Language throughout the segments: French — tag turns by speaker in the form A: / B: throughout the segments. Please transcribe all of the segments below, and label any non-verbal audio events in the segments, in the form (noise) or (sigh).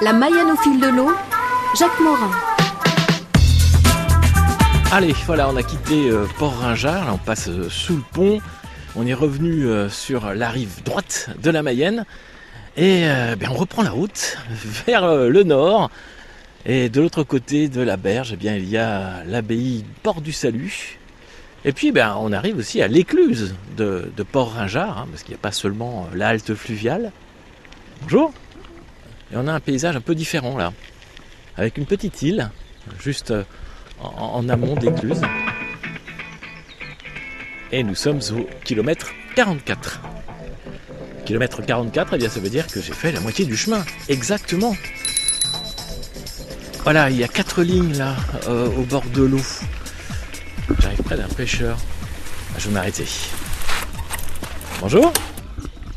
A: La Mayenne au fil de l'eau, Jacques Morin.
B: Allez, voilà, on a quitté euh, Port-Ringard, là, on passe euh, sous le pont, on est revenu euh, sur la rive droite de la Mayenne, et euh, ben, on reprend la route (laughs) vers euh, le nord, et de l'autre côté de la berge, eh bien, il y a l'abbaye Port du Salut, et puis ben, on arrive aussi à l'écluse de, de Port-Ringard, hein, parce qu'il n'y a pas seulement euh, la halte fluviale. Bonjour Et on a un paysage un peu différent là, avec une petite île, juste... euh, en, en amont d'Écluse. Et nous sommes au kilomètre 44. Kilomètre 44, eh bien ça veut dire que j'ai fait la moitié du chemin. Exactement. Voilà, il y a quatre lignes là, euh, au bord de l'eau. J'arrive près d'un pêcheur. Ah, Je vais m'arrêter. Bonjour.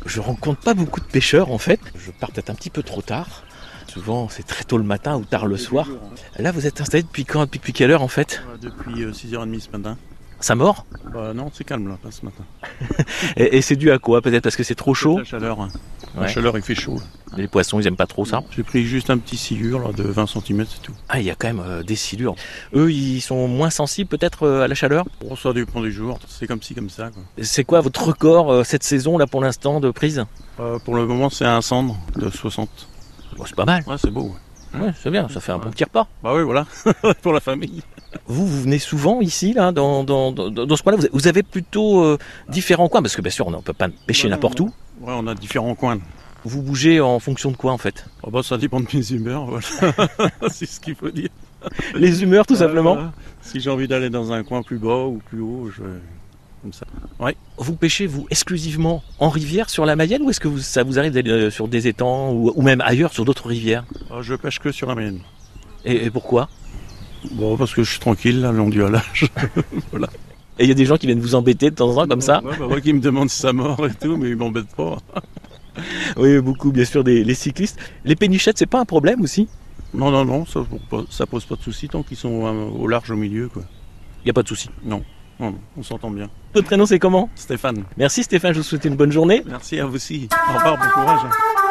B: Je rencontre pas beaucoup de pêcheurs en fait. Je pars peut-être un petit peu trop tard. Souvent c'est très tôt le matin ou tard le soir. Là, vous êtes installé depuis quand Depuis depuis quelle heure en fait
C: Euh, Depuis euh, 6h30 ce matin.
B: Ça mord
C: Bah, non, c'est calme là, pas ce matin.
B: Et, et c'est dû à quoi Peut-être parce que c'est trop chaud
C: La chaleur. hein.
B: Ouais.
C: La chaleur, il fait chaud.
B: Les poissons, ils aiment pas trop ça.
C: J'ai pris juste un petit silure là, de 20 cm, c'est tout.
B: Ah, il y a quand même euh, des silures. Eux, ils sont moins sensibles peut-être euh, à la chaleur
C: Bon, ça dépend du jour, c'est comme ci, comme ça. quoi.
B: C'est quoi votre record euh, cette saison là pour l'instant de prise
C: Euh, pour le moment, c'est un cendre de 60.
B: Bon, C'est pas mal.
C: Ouais, c'est beau. ouais.
B: Ouais, c'est bien, ça fait un bon petit repas.
C: Bah oui, voilà, (laughs) pour la famille.
B: Vous, vous venez souvent ici, là, dans, dans, dans, dans ce coin-là vous, vous avez plutôt euh, différents coins, parce que bien sûr, on ne peut pas pêcher
C: Ouais,
B: n'importe où.
C: Ouais, Bah, on a différents coins.
B: Vous bougez en fonction de quoi en fait
C: Oh, bah, ça dépend de mes humeurs, voilà. (laughs) c'est ce qu'il faut dire.
B: Les humeurs tout
C: Ouais,
B: simplement.
C: voilà. Si j'ai envie d'aller dans un coin plus bas ou plus haut, je... comme ça.
B: Vous pêchez, vous, exclusivement en rivière sur la Mayenne ou est-ce que vous- ça vous arrive d'aller euh, sur des étangs ou, ou même ailleurs sur d'autres rivières
C: Ah, je pêche que sur la mienne.
B: et, et pourquoi
C: Bon, parce que je suis tranquille, là, long du halage.
B: Et il y a des gens qui viennent vous embêter de temps en temps Ah, comme ça
C: Ouais, bah, moi qui me demande sa mort et tout, mais il m'embête pas.
B: Oui, beaucoup, bien sûr, des, les cyclistes. Les pénichettes, c'est pas un problème aussi
C: Non, non, non, ça, pour pas- ça pose pas de soucis tant qu'ils sont euh, au large au milieu, quoi.
B: Il n'y a pas de souci.
C: Non, non, on s'entend bien.
B: Votre prénom, c'est comment
C: Stéphane,
B: Merci Stéphane, je vous souhaite une bonne journée.
C: merci à vous aussi. Au revoir, bon courage. hein.